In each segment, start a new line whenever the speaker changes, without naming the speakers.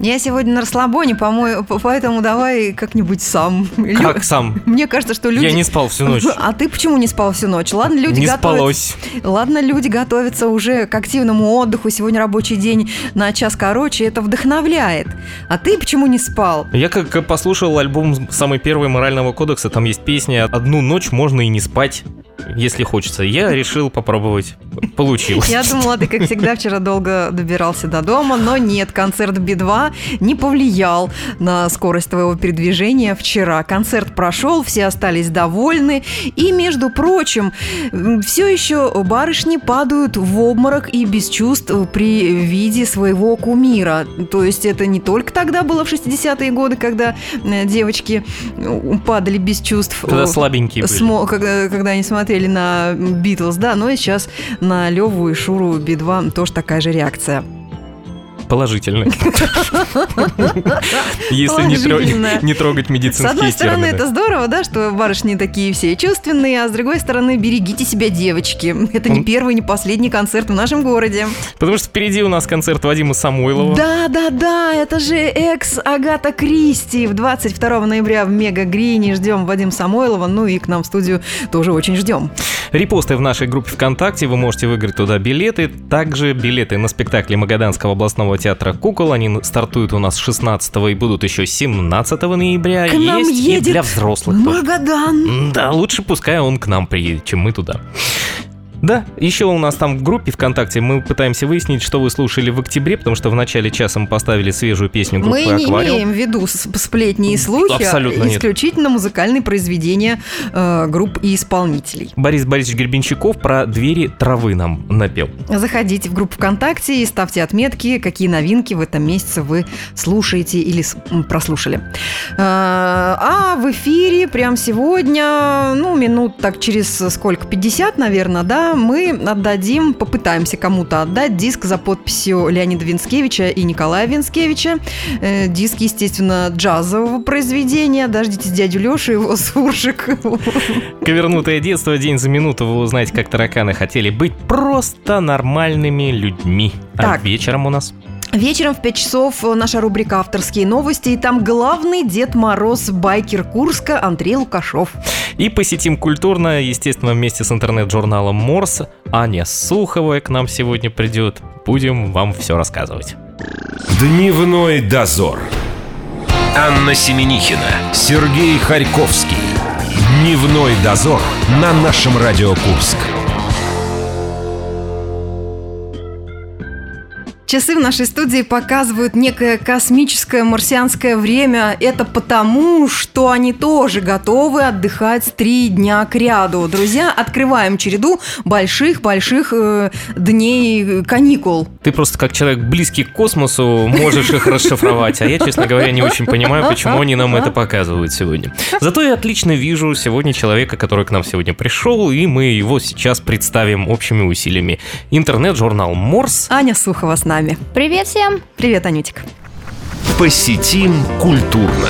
Я сегодня на расслабоне, по-моему, поэтому давай как-нибудь сам. Лю-
Как сам?
Мне кажется, что люди...
Я не спал всю ночь.
А ты почему не спал всю ночь? Ладно, люди
Не
готовятся...
спалось.
Ладно, люди готовятся уже к активному отдыху. Сегодня рабочий день на час короче. Это вдохновляет. А ты почему не спал?
Я как послушал альбом самый первый Морального кодекса, там есть песня «Одну ночь можно и не спать, если хочется». Я решил попробовать. Получилось.
Я думала, ты, как всегда, вчера долго добирался до дома, но нет, концерт Би-2 не повлиял на скорость твоего передвижения вчера. Концерт прошел, все остались довольны. И, между прочим, все еще барышни падают в обморок и без чувств при виде своего кумира. То есть это не только тогда было в 60-е годы, когда э, девочки э, падали без чувств.
Тогда
э,
слабенькие были.
Смо- когда, когда они смотрели на Битлз, да, но и сейчас на Леву и Шуру Би-2 тоже такая же реакция.
Положительно. Если не
Положительно.
тро- не трогать
С одной
медицинские
стороны,
термины.
это здорово, да, что барышни такие все чувственные, а с другой стороны, берегите себя, девочки. Это не
М.
первый, не последний концерт в нашем городе.
Потому что впереди у нас концерт Вадима Самойлова.
Да, да, да, это же экс Агата Кристи. В 22 ноября в Мега Грине ждем Вадим Самойлова, ну и к нам в студию тоже очень ждем.
Репосты в нашей группе ВКонтакте, вы можете выиграть туда билеты. Также билеты на спектакли Магаданского областного театра «Кукол». Они н- стартуют у нас 16 и будут еще 17 ноября.
К нам
Есть
едет
и для взрослых тоже.
Магадан.
М, Да, лучше пускай он к нам приедет, чем мы туда. Да, еще у нас там в группе ВКонтакте мы пытаемся выяснить, что вы слушали в октябре, потому что в начале часа мы поставили свежую песню группы
Мы не
«Аквариум».
имеем в виду с- сплетни и слухи, а
Абсолютно нет.
исключительно музыкальные произведения э, групп и исполнителей.
Борис Борисович Гребенщиков про двери травы нам напел.
Заходите в группу ВКонтакте и ставьте отметки, какие новинки в этом месяце вы слушаете или с- м, прослушали. Э, А в эфире прямо сегодня, ну, минут так через сколько, 50, наверное, да, мы отдадим, попытаемся кому-то отдать диск за подписью Леонида Винскевича и Николая Винскевича. Э, Диск, естественно, джазового произведения. Дождитесь дядю Лешу и его суржик.
Ковернутое детство, день за минуту вы узнаете, как тараканы хотели быть просто нормальными людьми. А
Так.
вечером у нас
Вечером в 5 часов э, наша рубрика «Авторские новости», и там главный Дед Мороз, байкер Курска Андрей Лукашов.
И посетим культурно, естественно, вместе с интернет-журналом Морс. Аня Суховая к нам сегодня придет. Будем вам все рассказывать.
Дневной дозор. Анна Семенихина, Сергей Харьковский. Дневной дозор на нашем Радио Курск.
Часы в нашей студии показывают некое космическое марсианское время. Это потому, что они тоже готовы отдыхать три дня к ряду. Друзья, открываем череду больших-больших э, дней э, каникул.
Ты просто как человек близкий к космосу можешь их расшифровать, а я, честно говоря, не очень понимаю, почему они нам это показывают сегодня. Зато я отлично вижу сегодня человека, который к нам сегодня пришел, и мы его сейчас представим общими усилиями. Интернет-журнал Морс.
Аня Сухова с нами.
Привет всем!
Привет, Анютик.
Посетим культурно.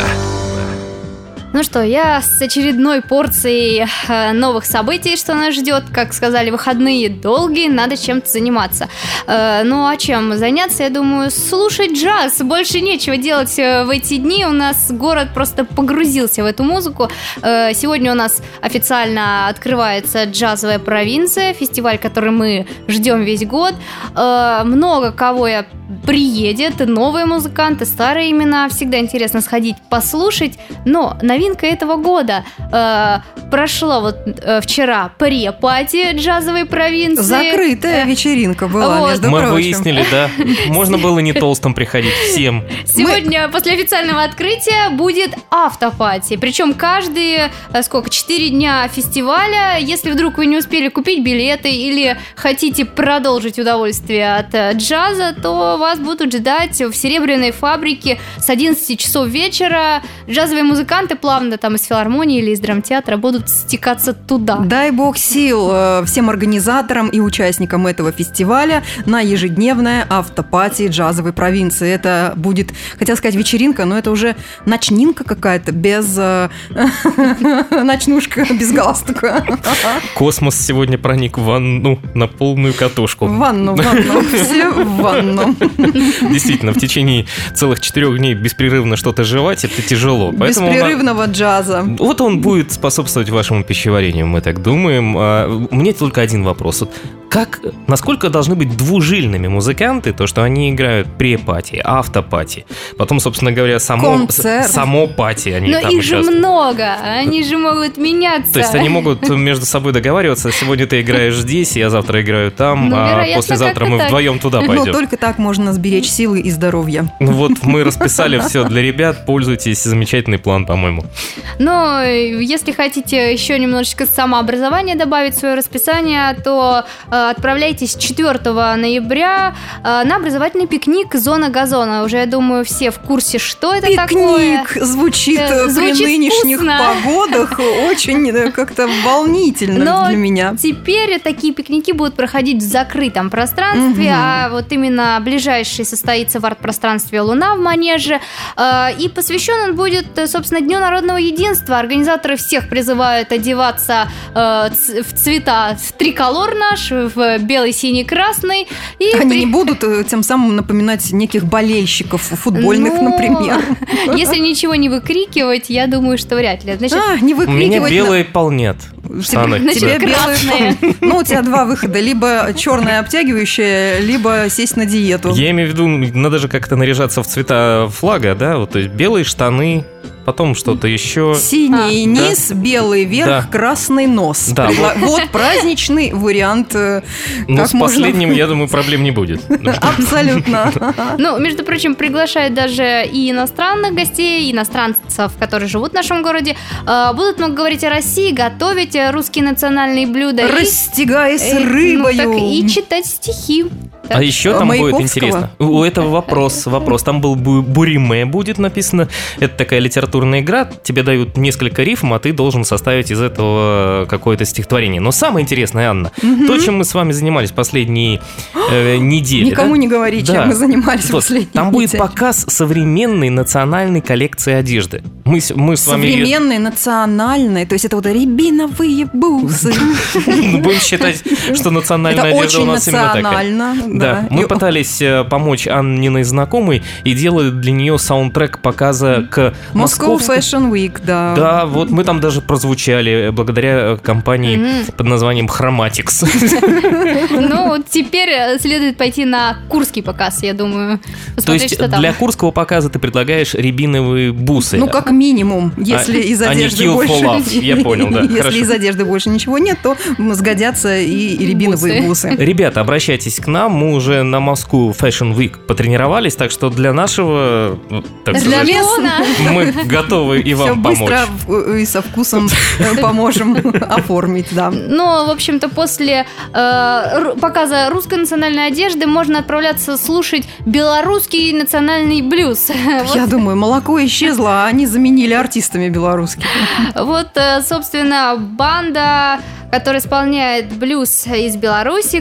Ну что, я с очередной порцией э, новых событий, что нас ждет. Как сказали, выходные долгие, надо чем-то заниматься. Э, ну а чем заняться, я думаю, слушать джаз. Больше нечего делать э, в эти дни. У нас город просто погрузился в эту музыку. Э, сегодня у нас официально открывается джазовая провинция, фестиваль, который мы ждем весь год. Э, много кого я приедет, и новые музыканты, старые имена. Всегда интересно сходить послушать. Но новинка этого года э, прошла вот э, вчера пре-пати джазовой провинции.
Закрытая вечеринка была,
вот.
между
Мы
прочим.
выяснили, да. Можно было не толстым приходить всем.
Сегодня после официального открытия будет автопати. Причем каждые, э, сколько, 4 дня фестиваля. Если вдруг вы не успели купить билеты или хотите продолжить удовольствие от э, джаза, то вас будут ждать в Серебряной фабрике с 11 часов вечера. Джазовые музыканты плавно там из филармонии или из драмтеатра будут стекаться туда.
Дай бог сил э, всем организаторам и участникам этого фестиваля на ежедневное автопати джазовой провинции. Это будет, хотел сказать, вечеринка, но это уже ночнинка какая-то, без э, ночнушка, без галстука.
Космос сегодня проник в ванну на полную катушку.
В ванну, в ванну, все в ванну.
Действительно, в течение целых четырех дней беспрерывно что-то жевать, это тяжело.
Без
Поэтому она-
прерывного джаза.
Вот он будет способствовать вашему пищеварению, мы так думаем. А, Мне только один вопрос. Вот Как, насколько должны быть двужильными музыканты, то, что они играют пре-пати, автопати, потом, собственно говоря, само,
Концерт.
с- само пати они
Но
там
их же
участвуют.
много, они же могут меняться.
То есть они могут между собой договариваться, сегодня ты играешь здесь, я завтра играю там,
Ну,
а
вероятно,
послезавтра
как-то
мы
так.
вдвоем туда
Ну,
пойдем.
только так можно сберечь силы и здоровье.
Ну вот мы расписали все для ребят, пользуйтесь, замечательный план, по-моему.
Но э, если хотите еще немножечко самообразования добавить в свое расписание, то э, отправляйтесь 4 ноября э, на образовательный пикник «Зона газона». Уже, я думаю, все в курсе, что это такое.
Пикник звучит
Э,
э, при
звучит
нынешних
вкусно.
погодах очень э, как-то волнительно
Но
для меня.
Теперь такие пикники будут проходить в закрытом пространстве,
Мгм.
а вот именно ближайший состоится в арт-пространстве «Луна» в Манеже. Э, И посвящен он будет, э, собственно, Дню народного единства. Организаторы всех призывают одеваться э, ц- в цвета, в триколор наш, в белый, синий, красный. И
Они
при-
не будут э, тем самым напоминать неких болельщиков футбольных,
Ну,
например.
Если ничего не выкрикивать, я думаю, что вряд ли. Значит,
А, не
У меня
выкрикивать.
белые полнят.
Типа,
на-
штаны.
Тебе- тебе
Значит, красные.
белые- Ну, у тебя два выхода. Либо черное обтягивающее, либо сесть на диету.
Я имею в виду, надо же как-то наряжаться в цвета флага, да? Вот, то есть белые штаны, потом что-то еще.
Синий
А, да.
низ, белый верх,
Да.
красный нос.
Да,
Предла- Вот праздничный вариант. э,
Но
как
с
можно-
последним, я думаю, проблем не будет.
Абсолютно.
Ну, между прочим, приглашают даже и иностранных гостей, и иностранцев, которые живут в нашем городе. Э, Будут много говорить о России, готовить э, русские национальные блюда. и-
Растягай с
э, ну, так и
рыбою.
читать стихи.
А еще там будет
Маяковского?
интересно. У этого вопрос, вопрос. Там был бу- буриме будет написано. Это такая литературная игра. Тебе дают несколько рифм, а ты должен составить из этого какое-то стихотворение. Но самое интересное, Анна, то, чем мы с вами занимались последние э, недели. да?
Никому не говори,
Да.
чем мы занимались
Вот,
последние
Там будет
недели.
показ современной национальной коллекции одежды. Мы, с- мы с вами её-
Современные, национальные, то есть это вот рябиновые бусы.
Ну, будем считать, что
Это
национальная одежда у
очень
нас именно такая.
национально.
Да, мы
И-
пытались э, помочь Анниной знакомой и делали для нее саундтрек показа к
Moscow
московской...
Fashion Week, да.
Да, вот мы там даже прозвучали э, благодаря э, компании
Мгм.
под названием Хроматикс.
Ну, вот теперь э, следует пойти на курский показ, я думаю.
То
Посмотреть,
есть
что там.
для курского показа ты предлагаешь рябиновые бусы.
Ну, как минимум, если
А-
из
а не
одежды
Kill for
больше...
Love, я понял, да,
Если
хорошо.
из одежды больше ничего нет, то м, сгодятся и рябиновые бусы.
Ребята, обращайтесь к нам, мы уже на Москву Fashion Week потренировались, так что для нашего, э, так
Для
сказать,
Леона.
мы готовы и
Все
вам помочь.
быстро в- и со вкусом э, поможем оформить, да.
Но, Ну, в общем-то, после э, ру- показа русской национальной одежды можно отправляться слушать белорусский национальный блюз. Вот
Я думаю, молоко исчезло, а они заменили артистами белорусских.
Вот, э, собственно, банда, которая исполняет блюз из Беларуси,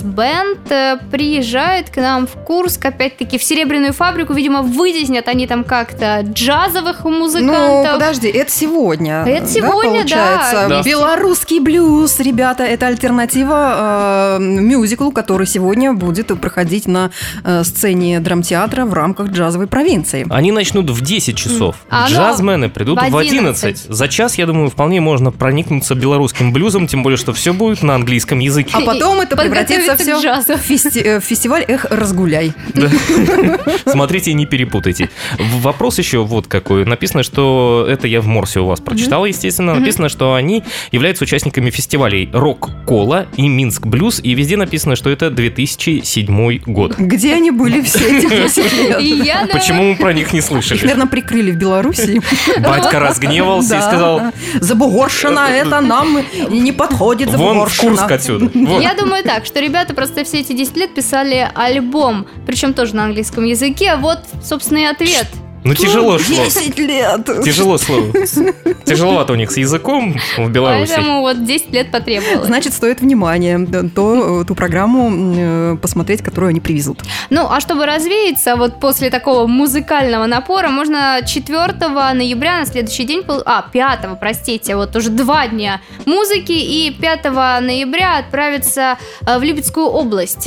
кросс-бенд, э, приезжает к нам в Курск, опять-таки, в Серебряную фабрику. Видимо, вытеснят они там как-то джазовых
Ну,
музыкантов.
подожди, это сегодня.
Это
да,
сегодня, да.
получается.
Да.
Белорусский блюз, ребята, это альтернатива э, мюзиклу, который сегодня будет проходить на э, сцене драмтеатра в рамках джазовой провинции.
Они начнут в 10 часов.
А оно
Джазмены придут
в
в
11.
11. За час, я думаю, вполне можно проникнуться белорусским блюзом, тем более, что все будет на английском языке.
А потом это
Подготовиться
превратится
к
все
джазу.
в, фести- э, в фестиваль «Эх, разгуляй».
Да. Смотрите и не перепутайте. В- Вопрос еще вот какой. Написано, что... Это я в Морсе у вас прочитал, естественно.
Мгм.
Написано, что они являются участниками фестивалей «Рок-кола» и «Минск Блюз». И везде написано, что это 2007 год.
Где они были все эти 10
И
лет?
я думаю,
Почему мы про них не
Их,
слышали?
наверное, прикрыли в Беларуси.
Батька разгневался и
Да.
сказал...
Забугоршина, это нам не подходит за
Вон в Курск отсюда. Вот.
Я думаю так, что ребята просто все эти 10 лет писали альбом, причем тоже на английском языке. Вот, собственно, и ответ.
Ну тяжело шло.
10 лет.
Тяжело слово. Тяжеловато у них с языком в Беларуси.
Поэтому вот 10 лет потребовалось.
Значит, стоит внимание да, то, э, ту программу э, посмотреть, которую они привезут.
Ну, а чтобы развеяться вот после такого музыкального напора, можно 4 ноября на следующий день... пол- А, 5, простите, вот уже два дня музыки, и 5 ноября отправиться э, в Липецкую область.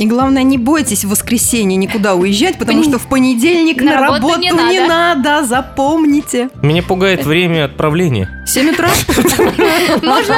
И главное, не бойтесь в воскресенье никуда уезжать, потому что в понедельник
На
на
работу
работу
не
не надо, запомните.
Меня пугает время отправления.
7 утра?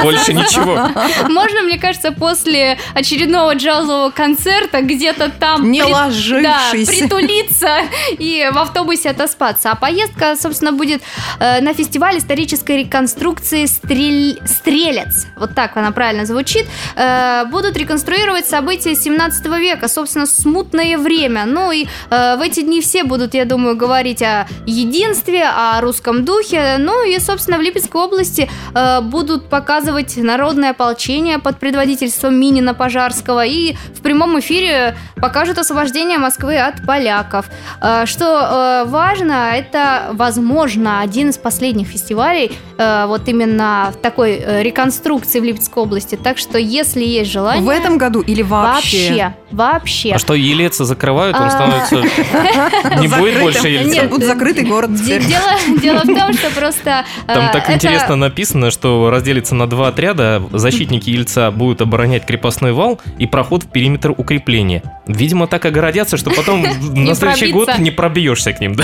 Больше ничего.
Можно, мне кажется, после очередного джазового концерта где-то там...
Не
при- Да,
ложившись.
притулиться и в автобусе отоспаться. А поездка, собственно, будет э, на фестиваль исторической реконструкции «Стрель- «Стрелец». Вот так она правильно звучит. Э, будут реконструировать события 17 века, собственно, смутное время. Ну и э, в эти дни все будут, я думаю, говорить о единстве, о русском духе. Ну и, собственно, в Липецкой области э, будут показывать народное ополчение под предводительством Минина Пожарского и в прямом эфире покажут освобождение Москвы от поляков. Э, Что э, важно, это, возможно, один из последних фестивалей э, вот именно в такой э, реконструкции в Липецкой области. Так что, если есть желание...
В этом году или вообще?
Вообще, вообще.
А что, Елеца закрывают,
А.
он становится... Не будет
Закрытым.
больше
Нет.
Елеца.
Будет закрытый город
Де-
теперь.
Дело, дело в том, что просто... э,
Там так
это-
интересно написано, что разделится на два отряда. Защитники Ельца будут оборонять крепостной вал и проход в периметр укрепления. Видимо, так огородятся, что потом на следующий год
пробиться.
не пробьешься к ним, да?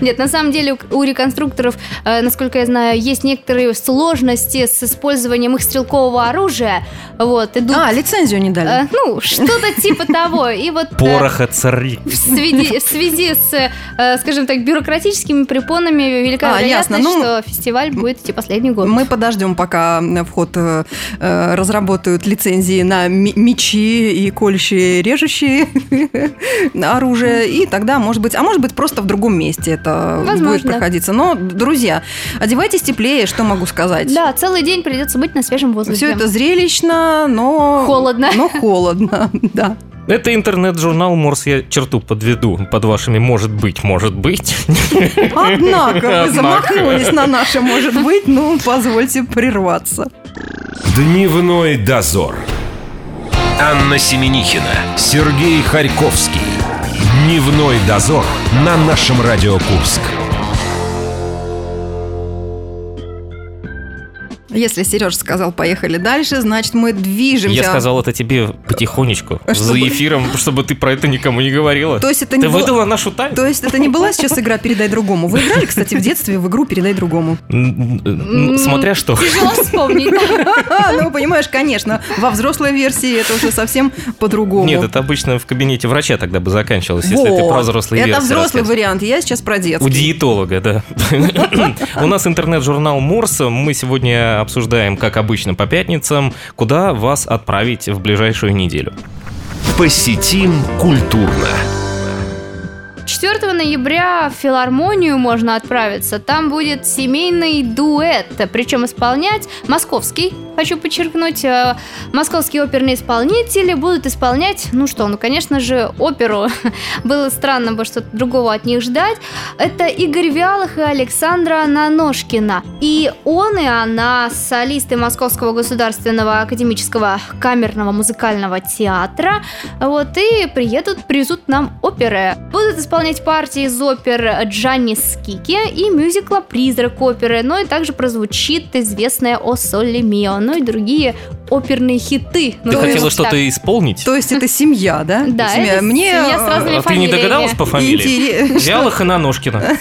Нет, на самом деле у- у реконструкторов, э, насколько я знаю, есть некоторые сложности с использованием их стрелкового оружия. Вот, идут...
А, лицензию не
э,
дали.
ну, что-то типа того. И вот... э,
Пороха цари.
В связи, в связи с, э, скажем так, бюрократическими препонами велика
А, ясно.
вероятность,
Ну,
что фестиваль будет идти последний год.
Мы подождем, пока э, вход э, э, разработают лицензии на ми- мечи и колющие, режущие оружие, и тогда, может быть, а может быть, просто в другом месте это будет
Возможно.
проходиться. Но, друзья, одевайтесь теплее, что могу сказать.
Да, целый день придется быть на свежем воздухе.
Все это зрелищно, но...
Холодно.
Но холодно, да.
Это интернет-журнал Морс, я черту подведу под вашими «может быть, может быть».
Однако,
Однако.
вы замахнулись на наше, может быть, ну, позвольте прерваться.
Дневной дозор. Анна Семенихина, Сергей Харьковский. Дневной дозор на нашем Радио Курск.
Если Сережа сказал «поехали дальше», значит, мы движемся.
Я сказал это тебе потихонечку, за
Чтобы-
эфиром, чтобы ты про это никому не говорила.
То есть это не
Ты
было-
выдала нашу тайну?
То есть это не была сейчас игра «Передай другому». Вы играли, кстати, в детстве в игру «Передай другому».
М, э, ну,
М,
Смотря что.
Тяжело вспомнить.
А, ну, понимаешь, конечно, во взрослой версии это уже совсем по-другому.
Нет, это обычно в кабинете врача тогда бы заканчивалось, если ты
Вот.
про взрослые
Это
версии
взрослый
рассказываешь.
вариант, я сейчас про детский.
У диетолога, да. У нас интернет-журнал Морс. Мы сегодня обсуждаем, как обычно, по пятницам, куда вас отправить в ближайшую неделю.
Посетим культурно.
4 ноября в филармонию можно отправиться. Там будет семейный дуэт. Причем исполнять московский, хочу подчеркнуть, э, московские оперные исполнители будут исполнять, ну что, ну, конечно же, оперу. Было странно бы что-то другого от них ждать. Это Игорь Вялых и Александра Наношкина. И он и она, солисты Московского государственного академического камерного музыкального театра, вот, и приедут, привезут нам оперы. Будут исполнять партии из опер Джанни Скики и мюзикла «Призрак оперы», ну и также прозвучит известная «О Солли Мио», ну и другие оперные
Ты
хиты.
То
назовем
хотела
их так.
что-то исполнить?
То есть это семья, да?
Да,
семья.
это
Мне э,
семья с разными
А ты не
фамилиями.
догадалась по фамилии?
интерес-
Вялых и Наношкина.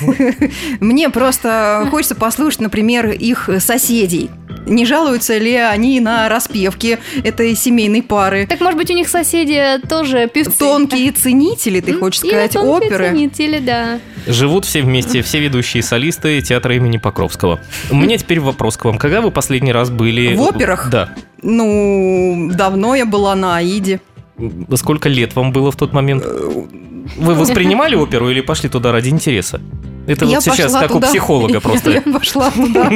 Мне просто хочется послушать, например, их соседей. Не жалуются ли они на распевки этой семейной пары?
Так, может быть, у них соседи тоже певцы?
Тонкие ценители, ты
М,
хочешь
именно
сказать,
тонкие
оперы?
ценители, да.
Живут все вместе, все ведущие солисты театра имени Покровского. У меня теперь вопрос к вам. Когда вы последний раз были...
В операх?
Да.
Ну, давно я была на Аиде.
Сколько лет вам было в тот момент?
Э,
Вы воспринимали оперу или пошли туда ради интереса? Это
Я
вот сейчас
пошла
как
туда.
у психолога
Я
просто.
пошла туда.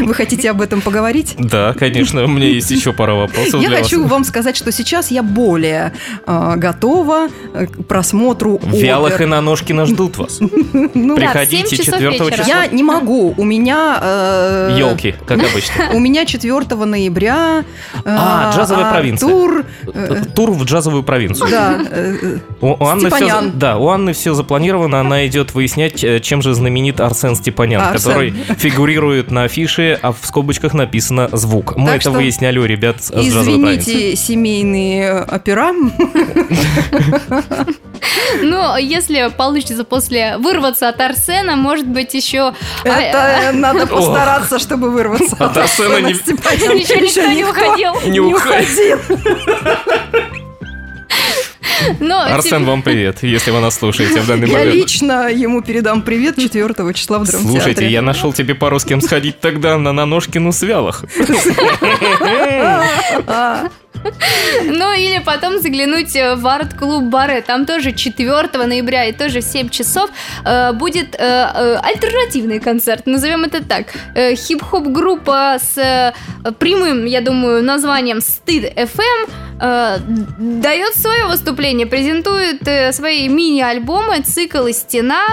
Вы хотите об этом поговорить?
Да, конечно, у меня есть еще пара вопросов
Я
для вас.
хочу вам сказать, что сейчас я более э, готова э, к просмотру
Вялых и
опер.
на ножки ждут вас.
Ну,
Да, в
Приходите
7 часов
4
вечера. Ну,
числа.
Я не могу, у меня... э,
Елки, как обычно.
У меня 4 ноября... э,
А, джазовая
а,
провинция.
Тур... э,
Тур в джазовую провинцию.
Да, э, э,
У, у Анны все,
Степанян.
да, у Анны все запланировано, она идет выяснять, э, чем же знаменит Арсен Степанян,
Арсен.
который фигурирует на афише, а в скобочках написано звук. Мы
Так
это
что
выясняли у ребят с с джазовой провинции.
извините, семейные опера.
Но ну, если получится после вырваться от Арсена, может быть, а, еще...
Это надо постараться, чтобы вырваться.
От Арсена не-
Степаняна.
Еще никто не уходил.
Не уходи.
Но
Арсен, вам привет, если вы нас слушаете в данный
А Я
момент.
лично ему передам привет 4 числа в драмтеатре.
Слушайте, я нашел тебе пару с кем сходить тогда на Наношкину свялах.
А,
Ну или потом заглянуть э, в арт-клуб Баре. Там тоже 4 ноября и тоже в 7 часов э, будет э, э, альтернативный концерт, назовем это так. Э, Хип-хоп группа с э, прямым, я думаю, названием Стыд FM э, дает свое выступление, презентует э, свои мини-альбомы, цикл и стена.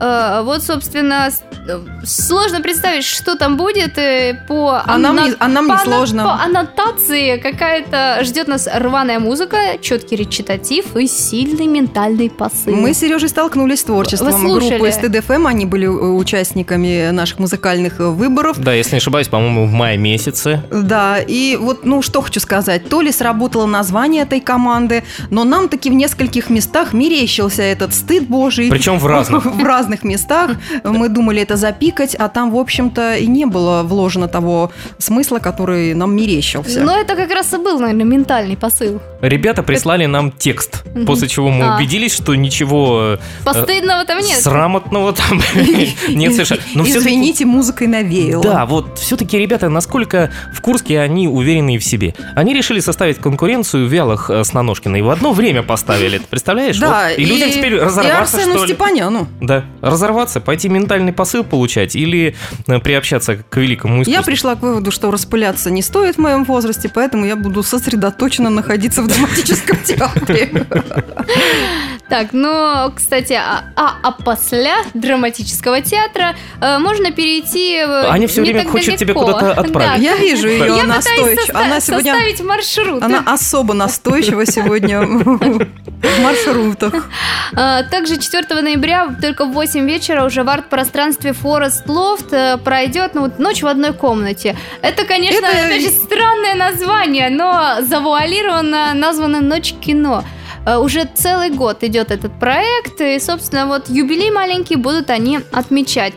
Э, вот, собственно, с- э, сложно представить, что там будет э, по
А нам не- а нам не
по ана-
сложно.
По аннотации какая-то ждет нас рваная музыка, четкий речитатив и сильный ментальный посыл.
Мы с Сережей столкнулись с творчеством
Вы слушали?
группы СТДФМ. Они были э, участниками наших музыкальных э, выборов.
Да, если не ошибаюсь, по-моему, в мае месяце.
Да, и вот, ну, что хочу сказать. То ли сработало название этой команды, но нам таки в нескольких местах мерещился этот стыд божий.
Причем в разных.
В разных местах. Мы думали это запикать, а там, в общем-то, и не было вложено того смысла, который нам мерещился.
Но это как раз и был, наверное, ментальный посыл.
Ребята прислали нам текст,
Мгм.
после чего мы
А.
убедились, что ничего
Постыдного
Ну,
Э,
там нет.
срамотного там нет совершенно. Но Ну, всё-таки-
Извините, музыкой навеяло.
Да, вот все-таки, ребята, насколько в Курске они уверенные в себе. Они решили составить конкуренцию вялых э, с Наношкиной. В одно время поставили, ты представляешь?
Да,
Вот. И, людям теперь
и
разорваться,
Арсену ну,
что ли?
Степаняну.
Да, разорваться, пойти ментальный посыл получать или э, приобщаться к великому искусству.
Я пришла к выводу, что распыляться не стоит в моем возрасте, поэтому я буду сосредоточенно находиться в драматическом театре.
Так, ну, кстати, а, а, а после драматического теаня э, можно перейти... в-
Аня всё
не
время
так
хочет тебя
далеко.
куда-то
Да.
отправить.
Я вижу
А Я
ее
пытаюсь
настойчиво.
соста-
Она сегодня
составить маршрут.
она особо настойчива сегодня в маршрутах.
А, Также 4 ноября, только в 8 вечера, уже в арт-пространстве Forest Loft э, пройдет ну, вот ночь в одной комнате. Это, конечно,
Это-
опять же, странное название, но завуалированно названо «Ночь кино». Э, Уже целый год идет этот проект, и, собственно, вот юбилей маленький будут они отмечать.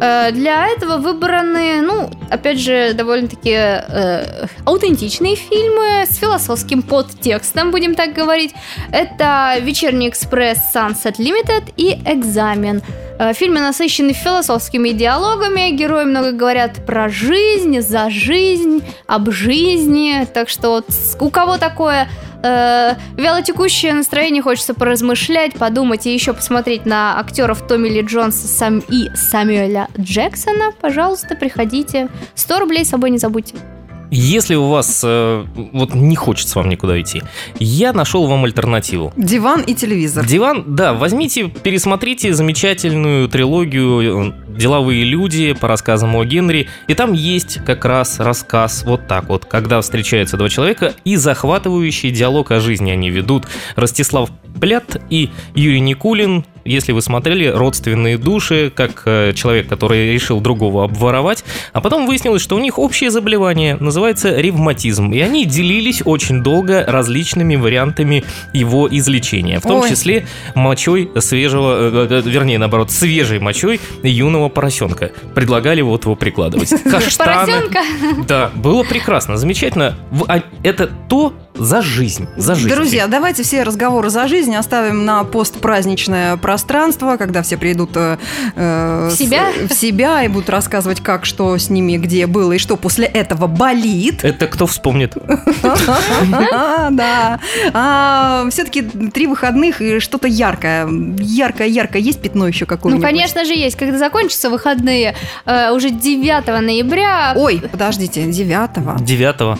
Э, Для этого выбраны, ну, опять же, довольно-таки э, аутентичные фильмы с философским подтекстом, будем так говорить. Это «Вечерний экспресс», «Sunset Limited» и «Экзамен». Э, Фильмы насыщены философскими диалогами, герои много говорят про жизнь, за жизнь, об жизни, так что вот с- у кого такое э, вялотекущее настроение, хочется поразмышлять, подумать и еще посмотреть на актеров Томми Ли Джонса Сам и Самюэля Джексона, пожалуйста, приходите. 100 рублей с собой не забудьте.
Если у вас э, вот не хочется вам никуда идти, я нашел вам альтернативу.
Диван и телевизор.
Диван, да, возьмите, пересмотрите замечательную трилогию э, «Деловые люди» по рассказам о Генри. И там есть как раз рассказ вот так вот, когда встречаются два человека и захватывающий диалог о жизни они ведут. Ростислав Плят и Юрий Никулин, если вы смотрели «Родственные души», как э, человек, который решил другого обворовать, а потом выяснилось, что у них общее заболевание, называется ревматизм, и они делились очень долго различными вариантами его излечения, в том
Ой.
числе мочой свежего, э, э, вернее, наоборот, свежей мочой юного поросенка. Предлагали вот его прикладывать. Каштаны.
Поросенка.
Да, было прекрасно, замечательно. В- а- Это то, За жизнь. За жизнь.
Друзья, давайте все разговоры за жизнь оставим на постпраздничное пространство, когда все придут э, э,
В
с-
себя?
в себя и будут рассказывать, как, что с ними, где было и что после этого болит.
Это кто вспомнит?
А, Да. Все-таки три выходных и что-то яркое. Яркое, яркое. Есть пятно еще
Ну,
какое-нибудь?
конечно же, есть. Когда закончатся выходные, э, уже 9 ноября...
Ой, подождите, девятого.
Девятого.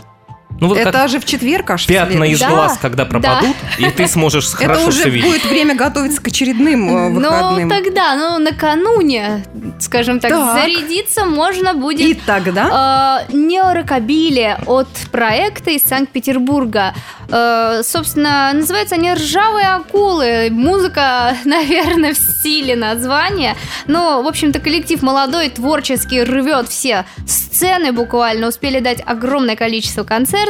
Ну вот как
Это же в четверг аж.
пятна из
следующий.
Да,
глаз, когда пропадут, и ты сможешь
Это
хорошо
уже
все видеть.
будет время готовиться к очередным э,
Ну,
выходным.
тогда, ну, накануне, скажем так,
Так.
зарядиться можно будет
И тогда...
Э, Неорокобили от проекта из Санкт-Петербурга. Э, собственно, называются они «Ржавые акулы». Музыка, наверное, в стиле названия. Но, в общем-то, коллектив молодой, творческий, рвет все сцены буквально. Успели дать огромное количество концертов.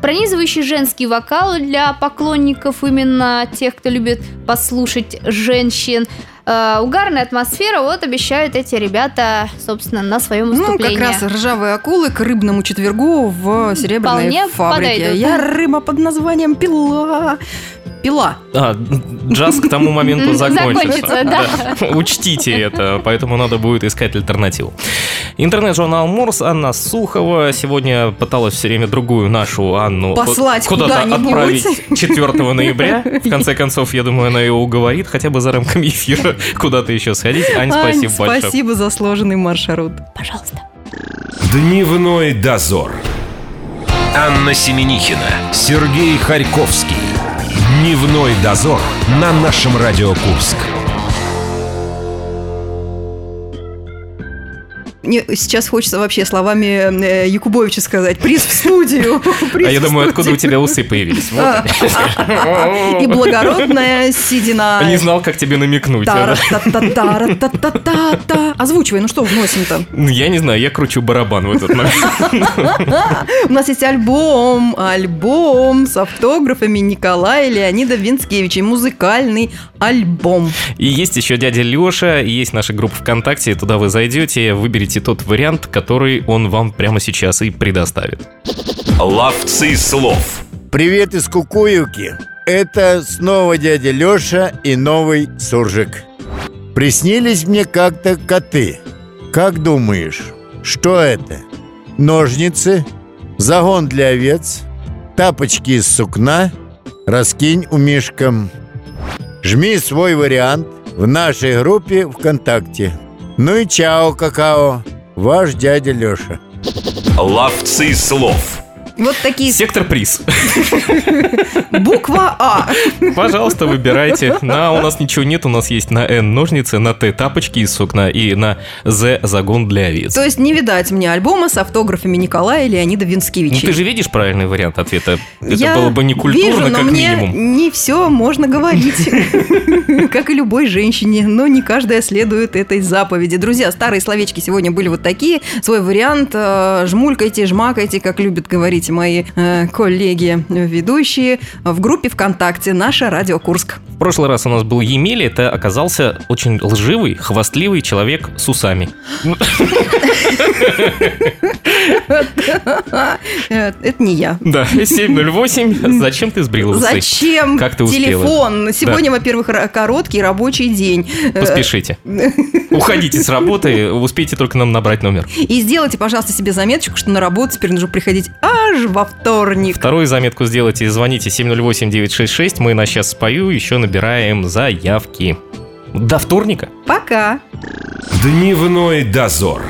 Пронизывающий женский вокал для поклонников, именно тех, кто любит послушать женщин. Э, угарная атмосфера, вот обещают эти ребята, собственно, на своем
Ну,
выступлении.
как раз ржавые акулы к рыбному четвергу в серебряной
Вполне
фабрике.
подойдут.
Я рыба под названием пила. Пила.
А, джаз к тому моменту
М,
закончится.
закончится, да.
Да. Учтите это, поэтому надо будет искать альтернативу. Интернет-журнал Морс, Анна Сухова сегодня пыталась все время другую нашу Анну
Послать
вот куда-то
куда-нибудь.
отправить 4 ноября. В конце концов, я думаю, она ее уговорит хотя бы за рамками эфира куда-то еще сходить. Ань,
Ань,
спасибо большое.
спасибо за сложенный маршрут.
Пожалуйста.
Дневной дозор. Анна Семенихина, Сергей Харьковский. Дневной дозор на нашем Радио Курск.
Мне сейчас хочется вообще словами э, Якубовича сказать. Приз в студию. Приз
А я
в
думаю, откуда у
студию.
тебя усы появились? Вот
А, И благородная седина.
Не знал, как тебе намекнуть.
Тара-та-та-тара-та-та-та. Озвучивай, ну что вносим-то?
Ну, Я не знаю, я кручу барабан в этот момент.
А, У нас есть альбом, альбом с автографами Николая и Леонида Винскевича. Музыкальный альбом.
И есть еще дядя Леша, и есть наша группа ВКонтакте, туда вы зайдете, выберите тот вариант, который он вам прямо сейчас и предоставит.
Ловцы слов.
Привет из Кукуевки. Это снова дядя Леша и новый суржик. Приснились мне как-то коты. Как думаешь, что это? Ножницы, загон для овец, тапочки из сукна, раскинь у мишкам. Жми свой вариант в нашей группе ВКонтакте. Ну и чао, какао, ваш дядя Леша.
Ловцы слов.
Вот такие
Сектор приз.
буква А.
Пожалуйста, выбирайте. На у нас ничего нет, у нас есть на Н ножницы, на Т тапочки из сукна и на З загон для овец.
То есть не видать мне альбома с автографами Николая и Леонида
Ну,
Винскевича.
ты же видишь правильный вариант ответа. Это
Я
было бы не
вижу,
культурно,
но
как
мне
минимум.
не все можно говорить, как и любой женщине, но не каждая следует этой заповеди. Друзья, старые словечки сегодня были вот такие. Свой вариант э, жмулькайте, жмакайте, как любят говорить мои э, коллеги ведущие в группе ВКонтакте «Наша Радио Курск».
В прошлый раз у нас был Емеля, это оказался очень лживый, хвастливый человек с усами.
Э, Это не я.
Да, 708. Зачем ты сбрил усы?
Зачем
Как ты успела?
телефон? Сегодня, во-первых, ра- короткий рабочий день. Э,
Поспешите. Уходите с работы, успейте только нам набрать номер.
И сделайте, пожалуйста, себе заметочку, что на работу теперь нужно приходить аж во вторник.
Вторую заметку сделайте и звоните 708-966. Мы на сейчас спою, еще набираем заявки. До вторника.
Пока!
Дневной дозор.